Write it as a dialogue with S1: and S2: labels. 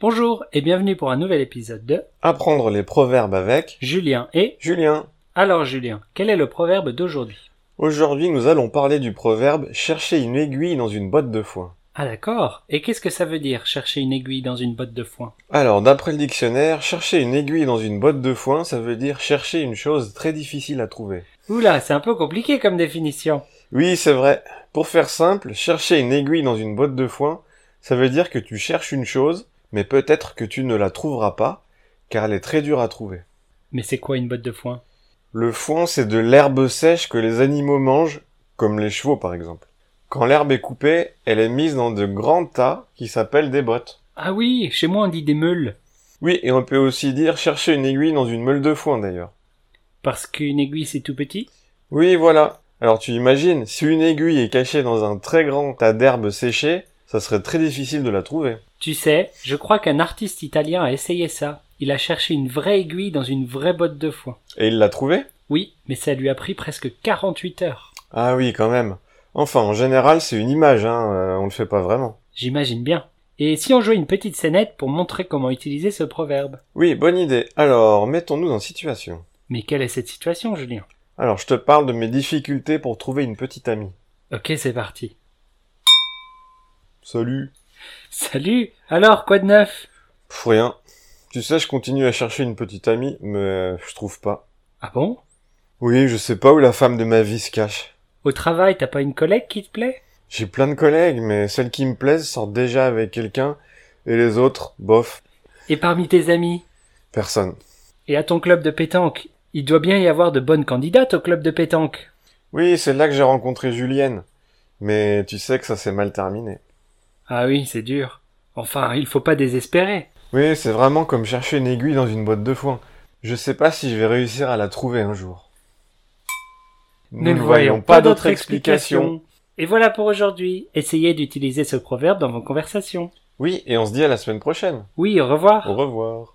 S1: Bonjour et bienvenue pour un nouvel épisode de
S2: Apprendre les proverbes avec
S1: Julien et...
S2: Julien.
S1: Alors Julien, quel est le proverbe d'aujourd'hui
S2: Aujourd'hui, nous allons parler du proverbe chercher une aiguille dans une botte de foin.
S1: Ah d'accord, et qu'est-ce que ça veut dire chercher une aiguille dans une botte de foin
S2: Alors, d'après le dictionnaire, chercher une aiguille dans une botte de foin, ça veut dire chercher une chose très difficile à trouver.
S1: Oula, c'est un peu compliqué comme définition.
S2: Oui, c'est vrai. Pour faire simple, chercher une aiguille dans une botte de foin, ça veut dire que tu cherches une chose, mais peut-être que tu ne la trouveras pas, car elle est très dure à trouver.
S1: Mais c'est quoi une botte de foin
S2: Le foin, c'est de l'herbe sèche que les animaux mangent, comme les chevaux par exemple. Quand l'herbe est coupée, elle est mise dans de grands tas qui s'appellent des bottes.
S1: Ah oui, chez moi on dit des meules,
S2: Oui, et on peut aussi dire chercher une aiguille dans une meule de foin d'ailleurs.
S1: parce qu'une aiguille c'est tout petit.
S2: Oui, voilà. Alors tu imagines, si une aiguille est cachée dans un très grand tas d'herbes séchées, ça serait très difficile de la trouver.
S1: Tu sais, je crois qu'un artiste italien a essayé ça. Il a cherché une vraie aiguille dans une vraie botte de foin.
S2: Et il l'a trouvée
S1: Oui, mais ça lui a pris presque 48 heures.
S2: Ah oui, quand même. Enfin, en général, c'est une image, hein, euh, on le fait pas vraiment.
S1: J'imagine bien. Et si on jouait une petite scénette pour montrer comment utiliser ce proverbe
S2: Oui, bonne idée. Alors, mettons-nous en situation.
S1: Mais quelle est cette situation, Julien
S2: Alors, je te parle de mes difficultés pour trouver une petite amie.
S1: Ok, c'est parti.
S2: Salut.
S1: Salut Alors, quoi de neuf
S2: Pff, rien. Tu sais, je continue à chercher une petite amie, mais euh, je trouve pas.
S1: Ah bon
S2: Oui, je sais pas où la femme de ma vie se cache.
S1: Au travail, t'as pas une collègue qui te plaît
S2: J'ai plein de collègues, mais celles qui me plaisent sortent déjà avec quelqu'un, et les autres, bof,
S1: Et parmi tes amis
S2: personne.
S1: Et à ton club de pétanque Il doit bien y avoir de bonnes candidates au club de pétanque.
S2: Oui, c'est là que j'ai rencontré Julienne. Mais tu sais que ça s'est mal terminé.
S1: Ah oui, c'est dur. Enfin, il faut pas désespérer.
S2: Oui, c'est vraiment comme chercher une aiguille dans une botte de foin. Je sais pas si je vais réussir à la trouver un jour.
S1: ne voyons d'autre explication. Et voilà pour aujourd'hui. Essayez d'utiliser ce proverbe dans vos conversations.
S2: Oui, et on se dit à la semaine prochaine.
S1: Oui, au revoir.
S2: Au revoir.